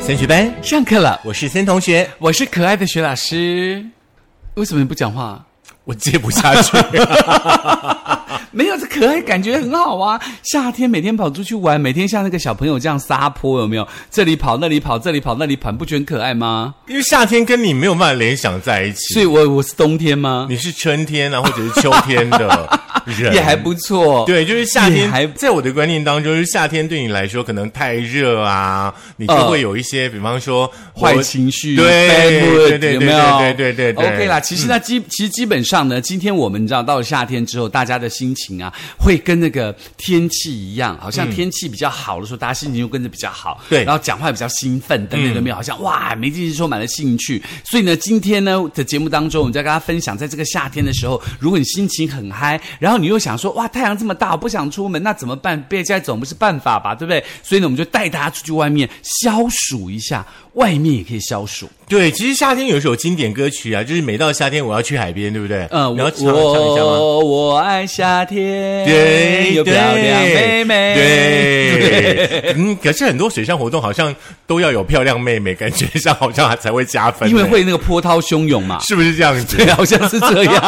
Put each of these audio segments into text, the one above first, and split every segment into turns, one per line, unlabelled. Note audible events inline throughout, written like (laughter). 三学班，
上课了，
我是森同学，
我是可爱的徐老师。为什么你不讲话？
我接不下去。
没有，这可爱感觉很好啊！夏天每天跑出去玩，每天像那个小朋友这样撒泼，有没有？这里跑，那里跑，这里跑，那里跑，不觉得很可爱吗？
(laughs) 因为夏天跟你没有办法联想在一起，
所以我我是冬天吗？
你是春天啊，或者是秋天
(laughs)
的人，
也还不错。
对，就是夏天。
也还
在我的观念当中，就是夏天对你来说可能太热啊，你就
呃
会有一些，比方说
坏
我
情绪，
对
bad mood，
对对
有没有？
对对对对对
OK 啦。其实呢，基、其实基本上呢，今天我们你知道，到了夏天之后，大家的心情啊，会跟那个天气一样，好像天气比较好的时候，大家心情就跟着比较好，
对
然后讲话比较兴奋，等等等等，好像哇，没进去充满了兴趣。所以呢，今天呢的节目当中，我们就要跟大家分享，在这个夏天的时候，如果你心情很嗨，然后你又想说哇，太阳这么大，我不想出门，那怎么办？憋在家总不是办法吧，对不对？所以呢，我们就带大家出去外面消暑一下，外面也可以消暑。
对，其实夏天有一首经典歌曲啊，就是每到夏天我要去海边，对不对？
呃，
你
我
要唱唱一下吗？
我我爱夏天，
对，
有漂亮
对
妹妹，
对，嗯，可是很多水上活动好像都要有漂亮妹妹，感觉上好像才会加分，
(laughs) 因为会那个波涛汹涌嘛，
是不是这啊样子？
对， (laughs) 好像是
(laughs)
这样。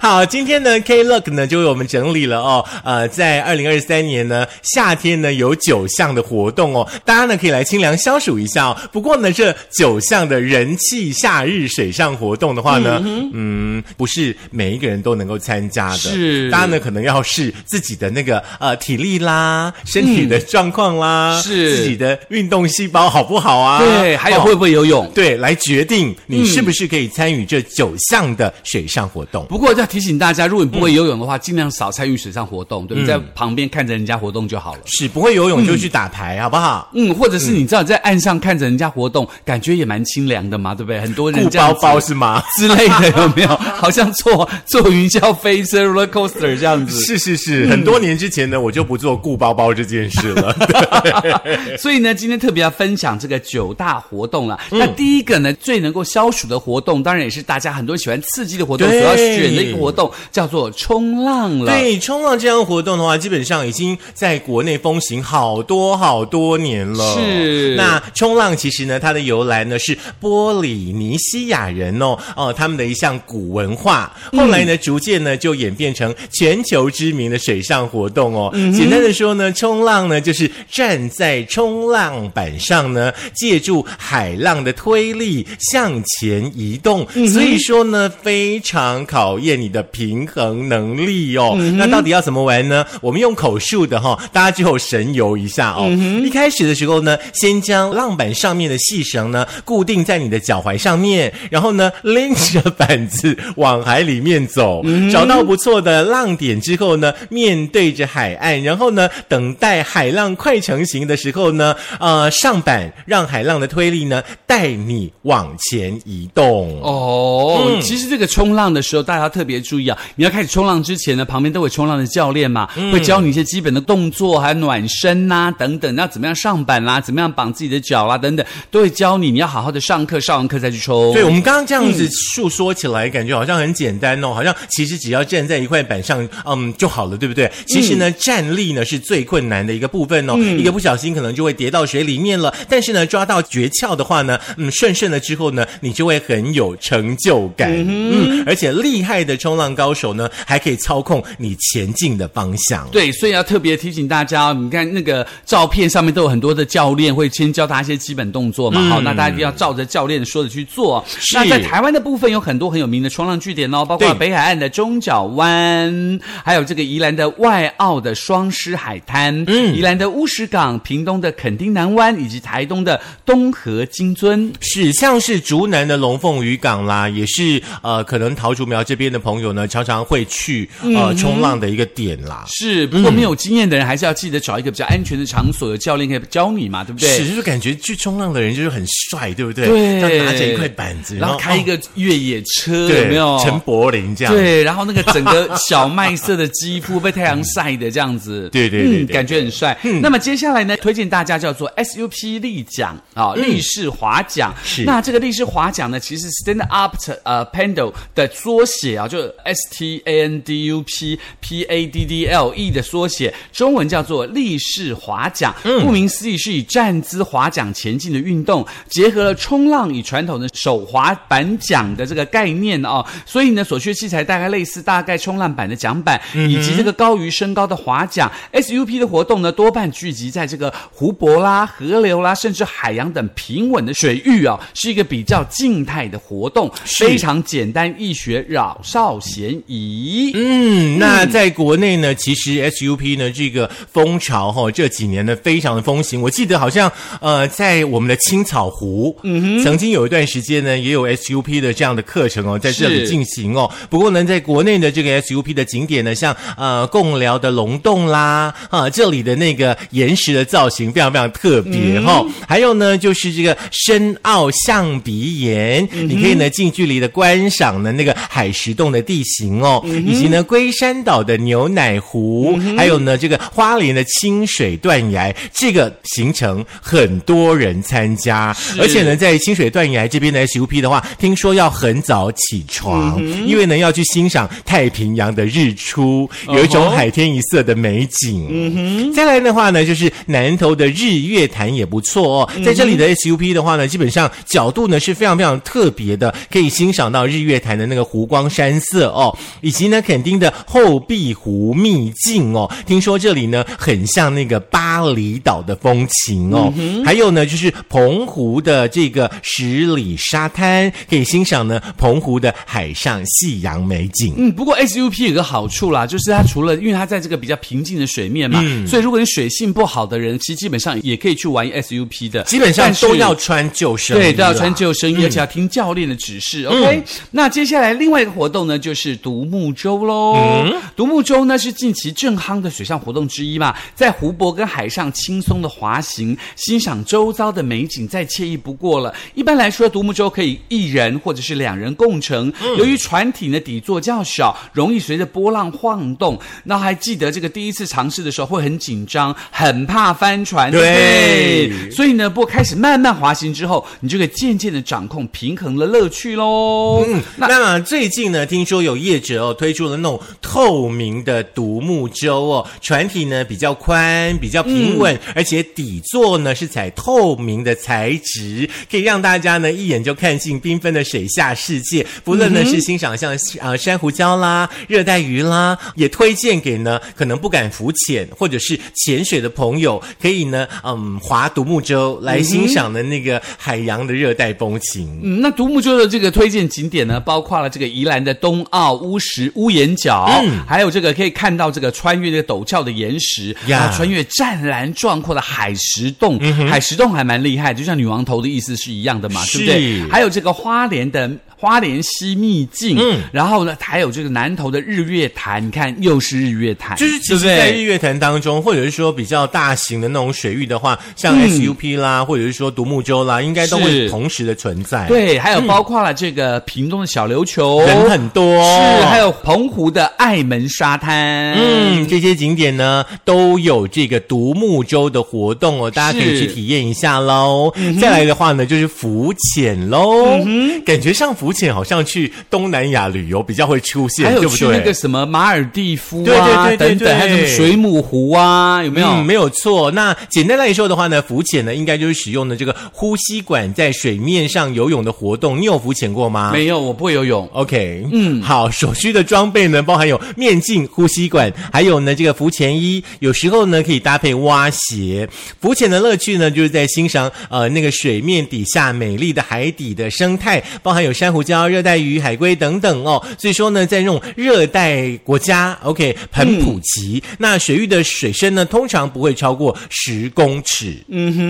好，今天呢，K Look 呢就为我们整理了哦，呃，在二零二三年呢夏天呢有九项的活动哦，大家呢可以来清凉消暑一下哦。不过呢，这九项的人气夏日水上活动的话呢，嗯不是每一个人都能够参加的，
是
大家呢可能要视自己的那个呃体力啦、身体的状况啦，
嗯是
自己的运动细胞好不好啊？
对，还有
哦
会不会游泳？
对来决定你是不是可以参与这九项的水上活动。
不过要提醒大家，如果你不会游泳的
嗯
话，尽量少参与水上活动，对不对？在旁边看着人家活动就好了。
是不会游泳就去打牌，好不好？
嗯，或者是你知道在岸上看着人家活动，感觉也蛮清凉的嘛，对不对？很多人
顾
这样
包
子
包是吗？
之类的，有没有？ (laughs) 好像坐坐云霄飞车 roller coaster 这样子。
是是是，很多年之前呢，我就不做顾包包这件事
(laughs)
了。 (laughs)
所以呢，今天特别要分享这个九大活动了。
嗯
那第一个呢，最能够消暑的活动，当然也是大家很多喜欢刺激的活动所
对
要选的一个活动，叫做冲浪了。
对，冲浪这样的活动的话，基本上已经在国内风行好多好多年了。
是
那冲浪其实呢，它的由来呢是波里尼西亚人哦哦、他们的一项古文化，
嗯
后来呢，逐渐呢就演变成全球知名的水上活动哦。
嗯
简单的说呢，冲浪呢就是站在冲浪板上呢，借助海浪的推力向前移动，
嗯
所以说呢，非常考验你的平衡能力哦。那到底要怎么玩呢？我们用口述的哈、大家就有神游一下哦。一开始的时候呢，先将浪板上面的细绳呢固定在你的脚踝上面，然后呢拎着板子往海里面走，找到不错的浪点之后呢，面对着海岸，然后呢等待海浪快成型的时候呢，呃上板让海浪的推力呢带你往前移动。
哦，
嗯
其实这个冲浪的时候，大家要特别注意啊！你要开始冲浪之前呢，旁边都有冲浪的教练嘛，
嗯
会教你一些基本的动作，还有暖身呐、等等，那怎么样上板啦、怎么样绑自己的脚啦、等等，都会教你。你要好好的上课，上完课再去冲。
对，我们刚刚这样子述说起来，感觉好像很简单哦，好像其实只要站在一块板上，嗯就好了，对不对？其实呢，站立呢是最困难的一个部分哦，一个不小心可能就会跌到水里面了。但是呢，抓到诀窍的话呢，嗯，顺顺了之后呢，你就会很有成就感。嗯而且厉害的冲浪高手呢，还可以操控你前进的方向。
对，所以要特别提醒大家哦，你看那个照片上面都有很多的教练会先教大家一些基本动作嘛，好、那大家一定要照着教练说的去做哦。
嗯是
那在台湾的部分有很多很有名的冲浪据点哦，包括
对
北海岸的中角湾，还有这个宜兰的外澳的双狮海滩，嗯，宜兰的乌石港、屏东的垦丁南湾以及台东的东河金樽。
是，像是竹南的龙凤渔港啦，也是呃，可能桃竹苗这边的朋友呢，常常会去呃冲浪的一个点啦。
是，不过没有经验的人还是要记得找一个比较安全的场所，有教练可以教你嘛，对不对？
是，就是感觉去冲浪的人就是很帅，对不对？
对
这样拿着一块板子，
然后开一
哦
个越野车，有
对，
没有？
陈柏霖这样。
对，然后那个整个小麦色的肌肤被太阳晒的这样子，
(laughs) 对对对对
嗯感觉很帅。那么接下来呢，推荐大家叫做 SUP 立桨啊，立式划桨。
嗯是
那这个立式划桨呢，其实 Stand Up 呃 Paddle 的缩写啊，就是 S T A N D U P P A D D L E 的缩写，中文叫做立式划桨。
嗯
顾名思义，是以站姿划桨前进的运动，结合了冲浪与传统的手滑板桨的这个概念哦。所以呢，所需的器材大概类似大概冲浪板的桨板，以及这个高于身高的划桨。SUP 的活动呢，多半聚集在这个湖泊啦、河流啦，甚至海洋等平稳的水域啊、是一个比较静态的活动，
是
非常简单易学，扰少咸宜。
嗯，那在国内呢，其实 SUP 呢这个风潮哈、这几年呢非常的风行。我记得好像呃，在我们的青草湖，嗯哼，曾经有一段时间呢，也有 SUP 的这样的课程哦，在这里
是
进行哦。不过呢，在国内的这个 SUP 的景点呢，像呃贡寮的龙洞啦，啊，这里的那个岩石的造型非常非常特别哈、哦还有呢，就是这个深澳象鼻岩，你可以呢近距离的观赏呢那个海石洞的地形哦，以及呢龟山岛的牛奶湖，还有呢这个花莲的清水断崖，这个行程很多人参加，而且呢在清水断崖这边的 SUP 的话，听说要很早起
嗯
床，因为呢要去欣赏太平洋的日出，有一种
哦吼
海天一色的美景。嗯哼，再来的话呢，就是南投的日月潭也不错哦。在这里的 SUP 的话呢，基本上角度呢是非常非常特别的，可以欣赏到日月潭的那个湖光山色哦，以及呢垦丁的后壁湖秘境哦。听说这里呢很像那个巴厘岛的风情哦。还有呢，就是澎湖的这个十里沙滩，可以欣赏呢澎湖的海上夕阳美景。
嗯，不过 SUP 有个好处啦，就是它除了因为它在这个比较平静的水面嘛，
嗯
所以如果你水性不好的人，其实基本上也可以去玩 SUP 的，
基本上
但是
都要穿救生衣啦，
对，都要穿救生衣，而且要听教练的指示。OK，那接下来另外一个活动呢，就是独木舟喽。独木舟呢是近期正夯的水上活动之一嘛，在湖泊跟海上轻松的滑行，欣赏周遭的美景，再惬意不过了。一般来说，独木舟可以一人或者是两人共乘。由于船体呢底座较小，容易随着波浪晃动。那还记得这个第一次尝试的时候会很紧张，很怕翻船，对不
对
对？所以呢，不过开始慢慢滑行之后，你就可以渐渐的掌控平衡的乐趣喽。嗯，
那最近呢，听说有业者哦推出了那种透明的独木舟哦，船体呢比较宽、比较平稳，而且底座呢是采透明的材质，可以让大家呢一眼就看尽缤纷的水下世界。不论呢、是欣赏像呃珊瑚礁啦、热带鱼啦，也推荐给呢可能不敢浮潜或者是潜水的朋友，可以呢嗯划独木舟来欣赏的那个海洋的热带风情。
嗯，那独木舟的这个推荐景点呢，包括了这个宜兰的东澳、乌石、屋檐角，
嗯
还有这个可以看到这个穿越这个陡峭的岩石，
呀嗯
然后穿越湛蓝壮阔的海石洞，海石洞还蛮厉害，就像女王头的意思是一样的嘛，对不
是
对？还有这个花莲的花莲溪秘境，嗯，然后呢，还有这个南投的日月潭，你看又是日月潭，
就是其
对不
实，
对
在日月潭当中，或者是说比较大型的那种水域的话，像 SUP 啦，或者是说独木舟啦，应该都会
嗯是
同时的存在。，
对，还有包括了这个屏东的小琉球，
人很多。
是，还有澎湖的爱门沙滩，
嗯，这些景点呢都有这个独木舟的活动哦，大家可以
是嗯
去体验一下喽。再来的话呢，就是浮潜喽。感觉上浮潜好像去东南亚旅游比较会出现，
还有
对不
去
对？
那个什么马尔蒂夫啊，
对对对对
等等，还有什么
对
水母湖啊，有没有？
嗯，没有错。那简单来说的话呢，浮潜呢应该就是使用的这个呼吸管在水面上游泳的活动。你有浮潜过吗？
没有，我不会游泳。
OK，嗯，好，所需的装备呢，包含有面镜、呼吸管，还有呢这个浮潜衣，有时候呢可以搭配蛙鞋。浮潜的乐趣呢，就是在欣赏呃那个水面底下美丽的海底的生态，包含有珊瑚礁、热带鱼、海龟等等哦。所以说呢，在那种热带国家，OK，很普及。那水域的水深呢，通常不会超过十公尺。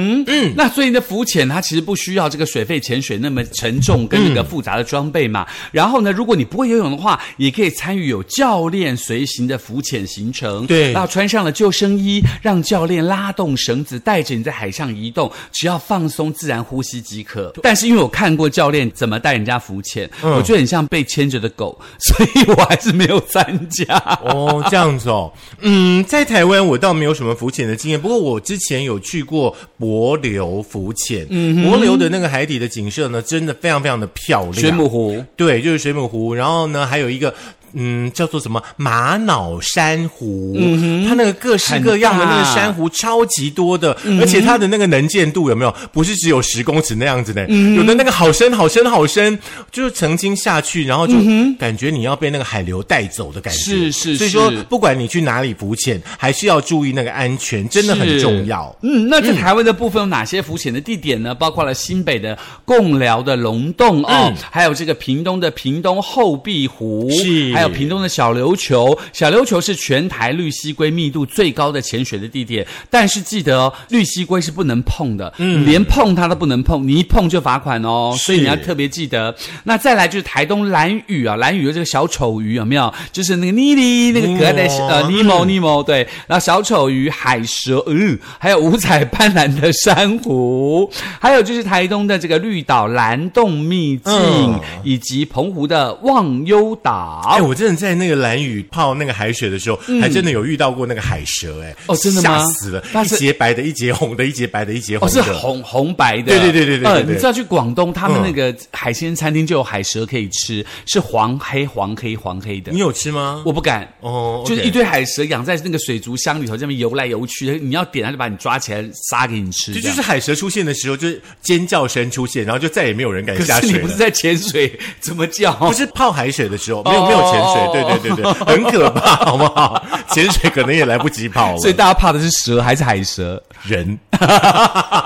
(laughs) 那所以呢，浮潜它其实不需要这个水肺潜水那么沉重跟这个复杂的装备嘛。然后呢，如果你不会游泳的话，也可以参与有教练随行的浮潜行程。
对
那穿上了救生衣，让教练拉动绳子，带着你在海上移动，只要放松自然呼吸即可。但是因为我看过教练怎么带人家浮浮潜，我觉得很像被牵着的狗，所以我还是没有参加。 (laughs)
(laughs) 哦，这样子哦，嗯，在台湾我倒没有什么浮潜的经验，不过我之前有去过帛琉浮潜，嗯，帛琉的那个海底的景色呢，真的非常非常的漂亮，
水母湖，
对，就是水母湖，然后呢，还有一个。嗯，叫做什么玛瑙珊瑚？嗯、它那个各式各样的那个珊瑚超级多的，
嗯
而且它的那个能见度有没有？不是只有十公尺那样子的，
嗯
有的那个好深好深好深，就是曾经下去，然后就感觉你要被那个海流带走的感觉。
嗯是是
所以说
是
不管你去哪里浮潜，还是要注意那个安全，真的很
是
重要。
嗯，那在台湾的部分有哪些浮潜的地点呢？包括了新北的贡寮的龙洞哦，还有这个屏东的屏东后壁湖，
是
还有屏东的小琉球。小琉球是全台绿蜥龟密度最高的潜水的地点，但是记得哦，绿蜥龟是不能碰的，嗯，连碰它都不能碰，你一碰就罚款哦，所以你要
是
特别记得。那再来就是台东蓝屿啊，蓝屿有这个小丑鱼有没有？就是那个妮妮那个可爱的小呃
尼
尼莫尼莫对，然后小丑鱼、海蛇，嗯，还有五彩斑斓的珊瑚，还有就是台东的这个绿岛蓝洞秘境，
嗯
以及澎湖的忘忧
哎、
岛。
我真的在那个蓝雨泡那个海水的时候，还真的有遇到过那个海蛇、哎，
哦真的吗
吓死了！
但
一
是
节白的，一节红的，一节白的，一节
哦，
红
是
的。
红红白的，
对对对对对对
呃，
对
你知道去广东，他们
嗯
那个海鲜餐厅就有海蛇可以吃，是黄黑黄黑黄黑的
你。有吃吗？
我不敢，
哦
就是
OK
一堆海蛇养在那个水族箱里头，这么游来游去，你要点它就把你抓起来杀给你吃。
这就
这样
是海蛇出现的时候，就是尖叫声出现，然后就再也没有人敢
可
下
是你
水
不是
了。
在
(laughs)
潜水，怎么叫？
不是泡海水的时候，没有
哦
没有潜水，
哦
对对对对，很可怕，好不好？潜水可能也来不及泡
所以
了。
大家怕的是蛇还是海蛇？
人， (laughs)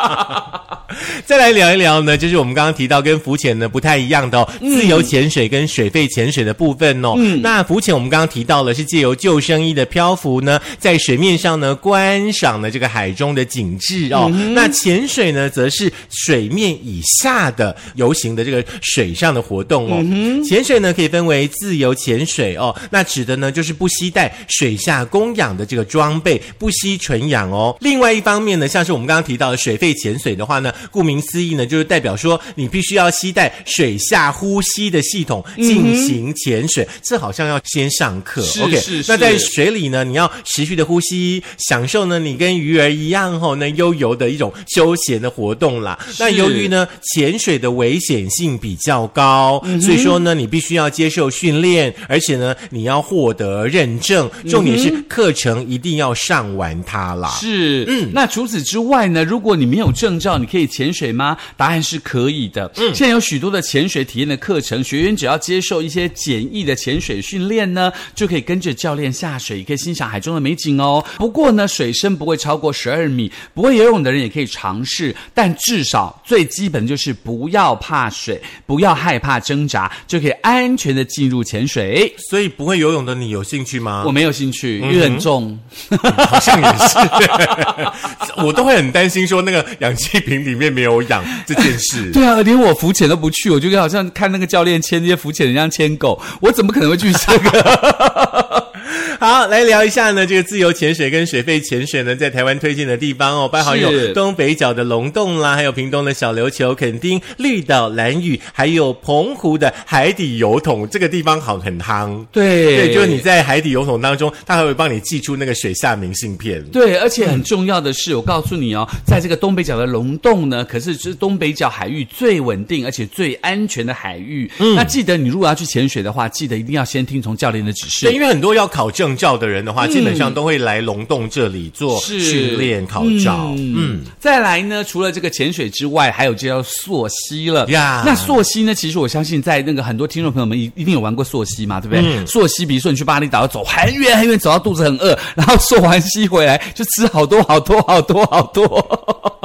再来聊一聊呢，就是我们刚刚提到跟浮潜呢不太一样的哦，自由潜水跟水肺潜水的部分哦。那浮潜我们刚刚提到了是借由救生衣的漂浮呢，在水面上呢观赏呢这个海中的景致哦。那潜水呢，则是水面以下的游行的这个水上的活动
嗯
哦。潜水呢可以分为自由潜水哦，那指的呢就是不携带水下供氧的这个装备，不吸纯氧哦。另外一方面呢，像是我们刚刚提到的水肺潜水的话呢，顾名思义呢，就是代表说你必须要携带水下呼吸的系统进行潜水，这好像要先上课。
嗯是
OK，
是
那
是
在水里呢，你要持续的呼吸，享受呢你跟鱼儿一样吼、哦、呢悠游的一种休闲的活动啦。那由于呢潜水的危险性比较高，所以说呢你必须要接受训练，而且呢你要获得认证，重点是课程一定要上完它啦。
是，嗯。那除此之外呢？如果你没有证照，你可以潜水吗？答案是可以的。嗯，现在有许多的潜水体验的课程，学员只要接受一些简易的潜水训练呢，就可以跟着教练下水，也可以欣赏海中的美景哦。不过呢，水深不会超过十二米，不会游泳的人也可以尝试，但至少最基本就是不要怕水，不要害怕挣扎，就可以安全的进入潜水。
所以不会游泳的你有兴趣吗？
我没有兴趣，因为很重。
好像也是， (laughs) 我都会很担心说那个氧气瓶里面没有氧这件事。
对啊，连我浮潜都不去，我就好像看那个教练牵那些浮潜人像牵狗，我怎么可能会去这个？
好，来聊一下呢，这个自由潜水跟水肺潜水呢，在台湾推荐的地方哦，包含有
是
东北角的龙洞啦，还有屏东的小琉球、垦丁、绿岛、蓝屿，还有澎湖的海底油桶，这个地方好很夯。
对
对，就是你在海底油桶当中，它还会帮你寄出那个水下明信片。
对，而且很重要的是，我告诉你哦，在这个东北角的龙洞呢，可是是东北角海域最稳定而且最安全的海域。那记得你如果要去潜水的话，记得一定要先听从教练的指示
对，。因为很多要考证照的人的话，基本上都会来龙洞这里做
是
训练考照。
嗯，再来呢，除了这个潜水之外，还有这叫溯溪了
呀
那溯溪呢，其实我相信在那个很多听众朋友们一一定有玩过溯溪嘛，对不对？溯溪，比如说你去巴厘岛走很远很远，走到肚子很饿，然后溯完溪回来就吃好多好多好多好多。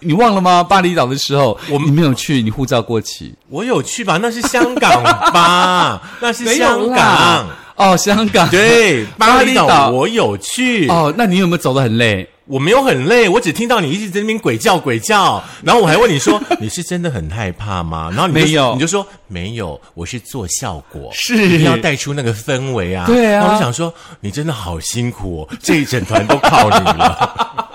你忘了吗？巴厘岛的时候，
我们
你没有去，你护照过期。
我有去吧？那是香港吧？
(laughs)
那是香
没有
港
啦。哦，香港
(laughs) 对，巴
巴
厘
厘
岛
岛
我有去，
哦，那你有没有走得很累？
我没有很累，我只听到你一直在那边鬼叫鬼叫，然后我还问你
(laughs)
说你是真的很害怕吗？然后你就
没有
你就说没有，我是做效果，
是
一定要带出那个氛围啊。
对啊 (laughs)
然后我想说你真的好辛苦哦，这一整团都靠你了。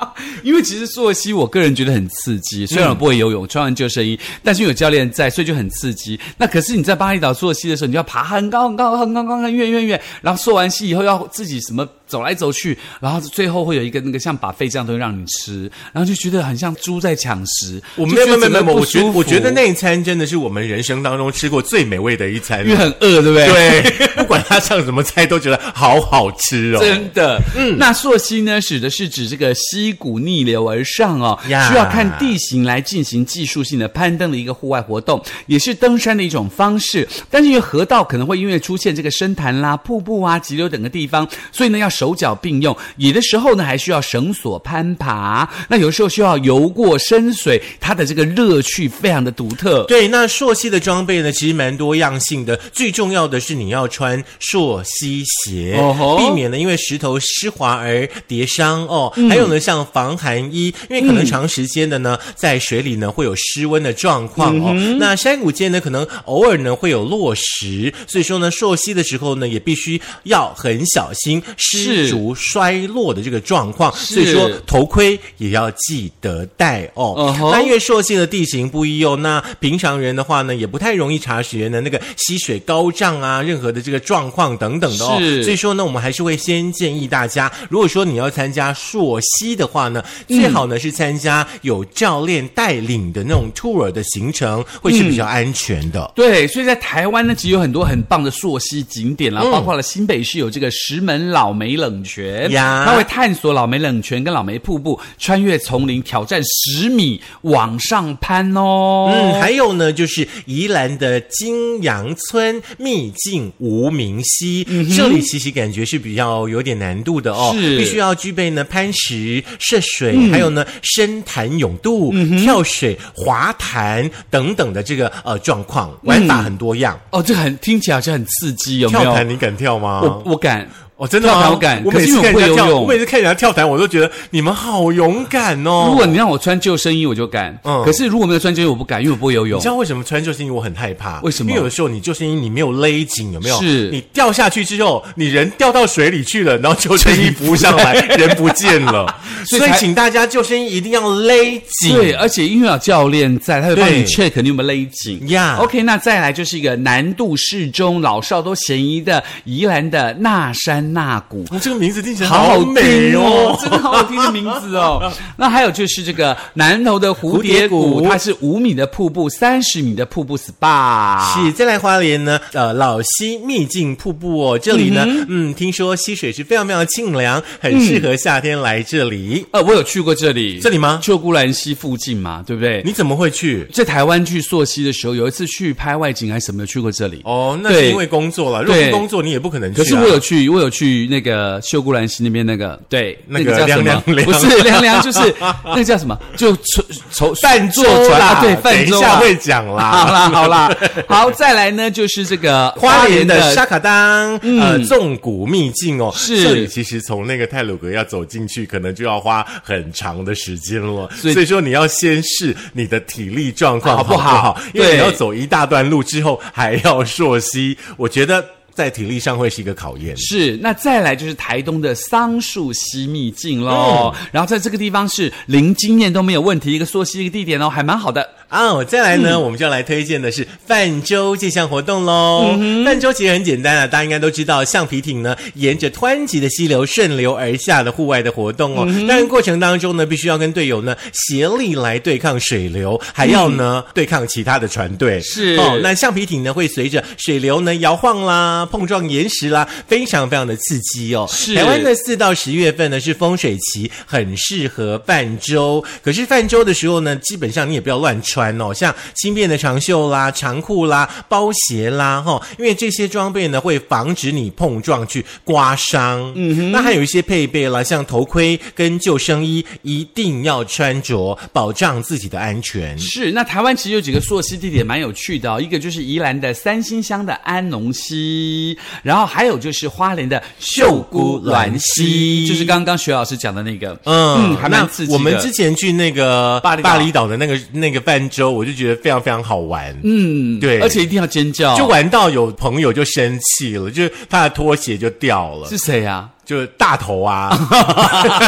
因为其实溯溪我个人觉得很刺
嗯
激，虽然我不会游泳，穿完救生衣，但是因为有教练在，所以就很刺激。那可是你在巴厘岛溯溪的时候，你就要爬很高很高很高很高很远远远，然后溯完溪以后要自己什么走来走去，然后最后会有一个那个像把肺这样东西让你吃，然后就觉得很像猪在抢食。
我
就
没有没
觉
有
得
没有没
整
有，
个
我觉得
不舒
我觉得
服
那一餐真的是我们人生当中吃过最美味的一餐
因为
了。
很饿，对不对？。
对，不管他上什么菜都觉得好好吃哦。
真的，嗯，那溯溪呢，指的是指这个溪谷逆流而上哦
呀
需要看地形来进行技术性的攀登的一个户外活动，也是登山的一种方式。但是因为河道可能会因为出现这个深潭啦、瀑布啊、急流等个地方，所以呢要手脚并用，有的时候呢还需要绳索攀爬，那有时候需要游过深水，它的这个乐趣非常的独特。
对，那溯溪的装备呢，其实蛮多样性的。最重要的是你要穿溯溪鞋，
哦吼
避免呢因为石头湿滑而跌伤哦。
嗯
还有呢，像防寒衣，因为可能长时间的呢、在水里呢会有失温的状况
嗯
哦。那山谷间呢，可能偶尔呢会有落石，所以说呢，溯溪的时候呢，也必须要很小心失
是
足摔落的这个状况。所以
是
说，头盔也要记得戴哦。
嗯哼
那因为朔溪的地形不一哦，那平常人的话呢，也不太容易察觉呢那个溪水高涨啊，任何的这个状况等等的哦。
是
所以说呢，我们还是会先建议大家，如果说你要参加朔溪的话呢，最好呢、是参加有教练带领的那种 tour 的行程，会是
嗯
比较安全的。
对，所以在台湾呢，其实有很多很棒的溯溪景点啦，
嗯
包括了新北市有这个石门老梅冷泉，
呀
它会探索老梅冷泉跟老梅瀑布，穿越丛林，挑战十米往上攀哦。
嗯，还有呢，就是宜兰的金阳村秘境无名溪，这里其实感觉是比较有点难度的哦，
嗯是嗯
必须要具备呢攀石、涉水，还有呢深潭泳渡、跳水、滑潭等等的这个呃状况，玩法很多样。
哦，这很听起来好像很刺激，嗯有没
跳
有
潭？你敢跳吗？
我我敢，
哦，真的吗？
跳潭我敢
我
可
每
是
次
因
看人家
为我不会游
跳，
泳
我每次看人家跳潭，我都觉得你们好勇敢哦。
如果你让我穿救生衣，我就敢。
嗯
可是如果没有穿救生衣，我不敢，因为我不会游泳
你知。道为什么穿救生衣我很害怕？
为什么
因为有的时候你救生衣你没有勒紧，有没有？
是
你掉下去之后，你人掉到水里去了，然后救生衣浮上
(laughs)
来，人不见了。所
所
以
以才
请大家救生衣一定要勒紧。
对，而且因为有教练在，他会帮
对
你 check 你有没有勒紧。
呀
OK，那再来就是一个难度适中、老少都嫌疑的宜兰的那山那谷。
哦，这个名字听起来
好好
美
听哦， (laughs) 真的好好听的名字哦。那还有就是这个南头的
蝴
蝴蝶
蝶
谷，
谷
它是五米的瀑布，三十米的瀑布 SPA。
是，再来花莲呢，呃，老溪秘境瀑布哦，这里呢，嗯听说溪水是非常非常清凉，很适
嗯
合夏天来这里。
呃，我有去过这里，
这里吗
就孤兰溪附近嘛，对不对？
你怎么会去？
在台湾去溯溪的时候，有一次去拍外景还是什么，有去过这里。
哦，那是
对
因为工作了。如果
对
不工作，你也不可能去、啊。
可是我有去，我有去那个秀姑兰溪那边那个，对，
那
个
个
叫什么？
凉凉凉
不是凉凉，就是那个叫什么？就愁愁
(laughs) 泛舟
舟啦
啦，
对，泛舟
等一
啊
下会讲啦。
好啦好啦，好，再来呢就是这个
(laughs) 花莲的沙卡当，呃，纵谷秘境哦，
嗯是
这里其实从那个泰鲁阁要走进去，可能就要花很长的时间了。所
所
以
以
说，你要先试你的体力状况
好
不
不
好，
好
因为
对
你要走一大段路之后还要溯溪，我觉得在体力上会是一个考验。
是，那再来就是台东的桑树溪秘境喽。
嗯
然后在这个地方是零经验都没有问题，一个溯溪一个地点哦，还蛮好的。
哦，再来呢，
嗯
我们就要来推荐的是泛舟这项活动
嗯
喽。泛舟其实很简单啊，大家应该都知道，橡皮艇呢沿着湍急的溪流顺流而下的户外的活动
嗯
哦。当然，过程当中呢，必须要跟队友呢协力来对抗水流，还要呢、对抗其他的船队。
嗯是
哦，那橡皮艇呢会随着水流呢摇晃啦，碰撞岩石啦，非常非常的刺激哦。
是
台湾的四到十月份呢是风水期，很适合泛舟。可是泛舟的时候呢，基本上你也不要乱穿哦，像轻便的长袖啦、长裤啦、包鞋啦，哈、因为这些装备呢会防止你碰撞去刮伤。嗯哼，那还有一些配备啦，像头盔跟救生衣一定要穿着，保障自己的安全。
是，那台湾其实有几个溯溪地点蛮有趣的、哦，一个就是宜兰的三星乡的安农溪，然后还有就是花莲的秀姑峦溪，就是刚刚徐老师讲的那个，
嗯，
还蛮刺激
那我
的。
们之前去那个
巴厘岛
岛的那个那个泛之后，我就觉得非常非常好玩。嗯，对，
而且一定要尖叫，
就玩到有朋友就生气了，就是他的拖鞋就掉了
是，谁啊？
就是大头啊， (laughs)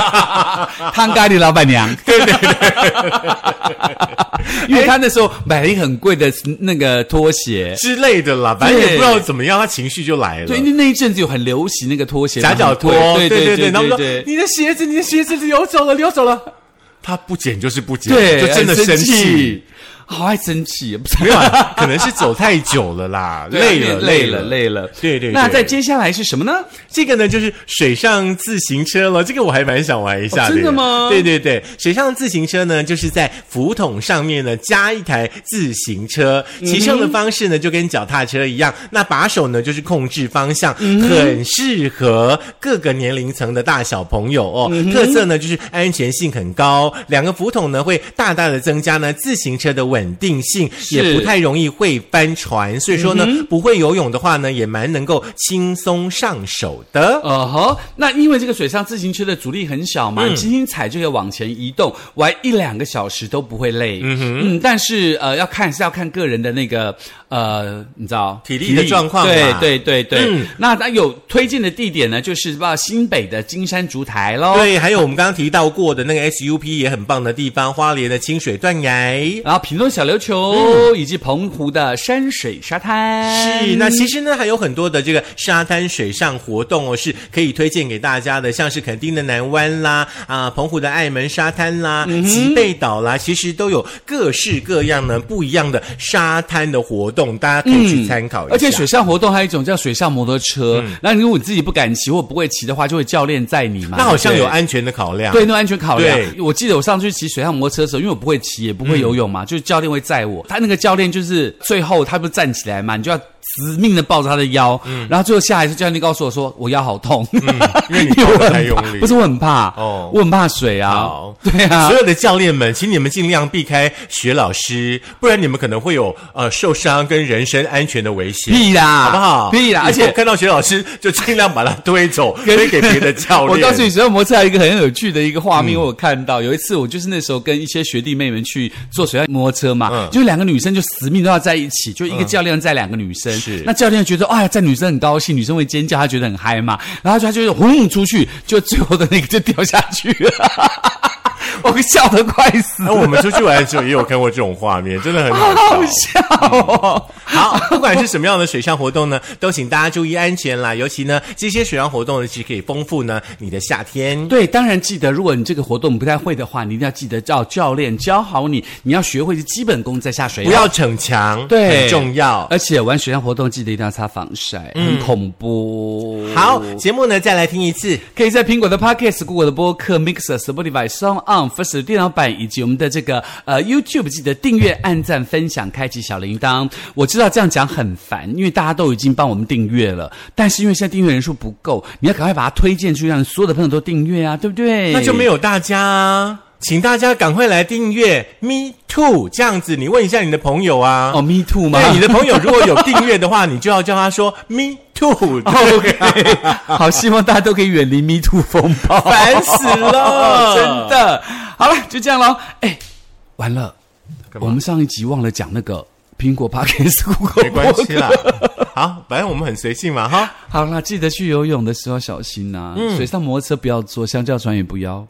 汤咖喱老板娘，对对对， (laughs) 因为他那时候买了一个很贵的那个拖鞋，
之类的啦，反正也不
对
知道怎么样，他情绪就来了
对，。因为那一阵子有很流行那个拖鞋，
夹脚拖，
对
对
对
对，然后
对
说
对。
你的鞋子，你的鞋子流走了，流走了。他不捡就是不捡，
对，
就真的
很
生气
气。，好爱生
(laughs)
气，不是
没有啊，可能是走太久了 (laughs) 啦，啊累了，
累
了，
了，累了。
对对
那
对
在接下来是什么呢？
这个呢，就是水上自行车了。这个我还蛮想玩一下
哦
耶
真的吗
对对对，水上自行车呢，就是在浮筒上面呢加一台自行车，骑乘的方式呢就跟脚踏车一样。那把手呢就是控制方向，
嗯
很适合各个年龄层的大小朋友哦。
嗯
特色呢就是安全性很高，两个浮筒呢会大大的增加呢自行车的稳定性，也不太容易会翻船。所以说
嗯
呢，不会游泳的话呢，也蛮能够轻松上手的。
哦吼，那因为这个水上自行车的阻力很小嘛，
嗯
你轻轻踩就可以往前移动，玩一两个小时都不会累。嗯哼，嗯，但是呃，要看是要看个人的那个呃，你知道
体力的状况
对
嘛
对对对。
嗯
那那有推荐的地点呢，就是到新北的金山竹台喽。。
对，还有我们刚刚提到过的那个 SUP 也很棒的地方，花莲的清水断崖。
然后屏东小琉球、以及澎湖的山水沙滩，
是，那其实呢还有很多的这个沙滩水上活动哦，是可以推荐给大家的，像是垦丁的南湾啦，啊，澎湖的爱门沙滩啦，
嗯
吉贝岛啦，其实都有各式各样呢不一样的沙滩的活动，大家可以去参考一下。嗯
嗯而且水上活动还有一种叫水上摩托车，那如果你自己不敢骑或不会骑的话，就会教练载你嘛。
那好像
对
有安全的考量。
对，那种安全考量。
对
我记得我上次去骑水上摩托车的时候，因为我不会骑，也不会游
嗯
泳嘛，就是教练会载我。他那个教练就是最后他不是站起来嘛，你就要死命的抱着他的腰，然后最后下来是教练告诉我说我腰好痛，
嗯因
(laughs)
为你
我
抱得太
很怕
用力
不是我很怕，
哦
哦，我很怕水啊
好，
对啊
所。有的教练们，请你们尽量避开学老师，不然你们可能会有呃受伤跟人身安全的危险。
屁啦，
好不好？
屁啦！而
以
且
后看到学老师就尽量把他推
(laughs)
走，推给别的教
我
练。嗯
告诉你，水上摩托车还有一个很有趣的一个画面，我有看到。有一次，我就是那时候跟一些学弟妹们去坐水上摩托车嘛，
嗯
就两个女生就死命都要在一起，就一个教练载两个女生。
嗯是
那教练觉得，哎呀，载女生很高兴，女生会尖叫，他觉得很嗨嘛，然后他就轰出去，就最后的那个就掉下去了， (laughs) 我笑得快死
那、
了。
哎我们出去玩的时候也有看过这种画面，真的很
(laughs)
好
好
笑
好。笑哦！
好，不管是什么样的水上活动呢，都请大家注意安全啦。尤其呢，这些水上活动呢，其实可以丰富呢你的夏天。
对，当然记得，如果你这个活动不太会的话，你一定要记得叫教练教好你，你要学会基本功再下水哦。
不要逞强，
对，
很重要。
而且玩水上活动记得一定要擦防晒，很恐怖。
好，节目呢再来听一次。
可以在苹果的 Podcast、Google 的播客、Mixer、Spotify、Sound On、First 的电脑版以及我们的这个呃 YouTube 记得订阅、按赞、分享、开启小铃铛。我知道这样讲很烦，因为大家都已经帮我们订阅了，但是因为现在订阅人数不够，你要赶快把它推荐出去，让所有的朋友都订阅啊，对不对？
那就没
有。
有大家啊，请大家赶快来订阅 Me Too，这样子你问一下你的朋友啊。
哦，me too 吗？
对，你的朋友如果有订阅的话，你就要叫他说 Me Too。
哦 OK，好， (laughs) 希望大家都可以远离 Me Too 风暴，
烦死了
(laughs) 真的。好了，就这样喽。哎，完了，
干嘛
我们上一集忘了讲那个苹果 Podcast
(laughs)
(laughs)
没关系啦。好，反正我们很随性嘛，哈。
啊
嗯
好啦，记得去游泳的时候小心呐、水上摩托车不要坐，香蕉船也不要。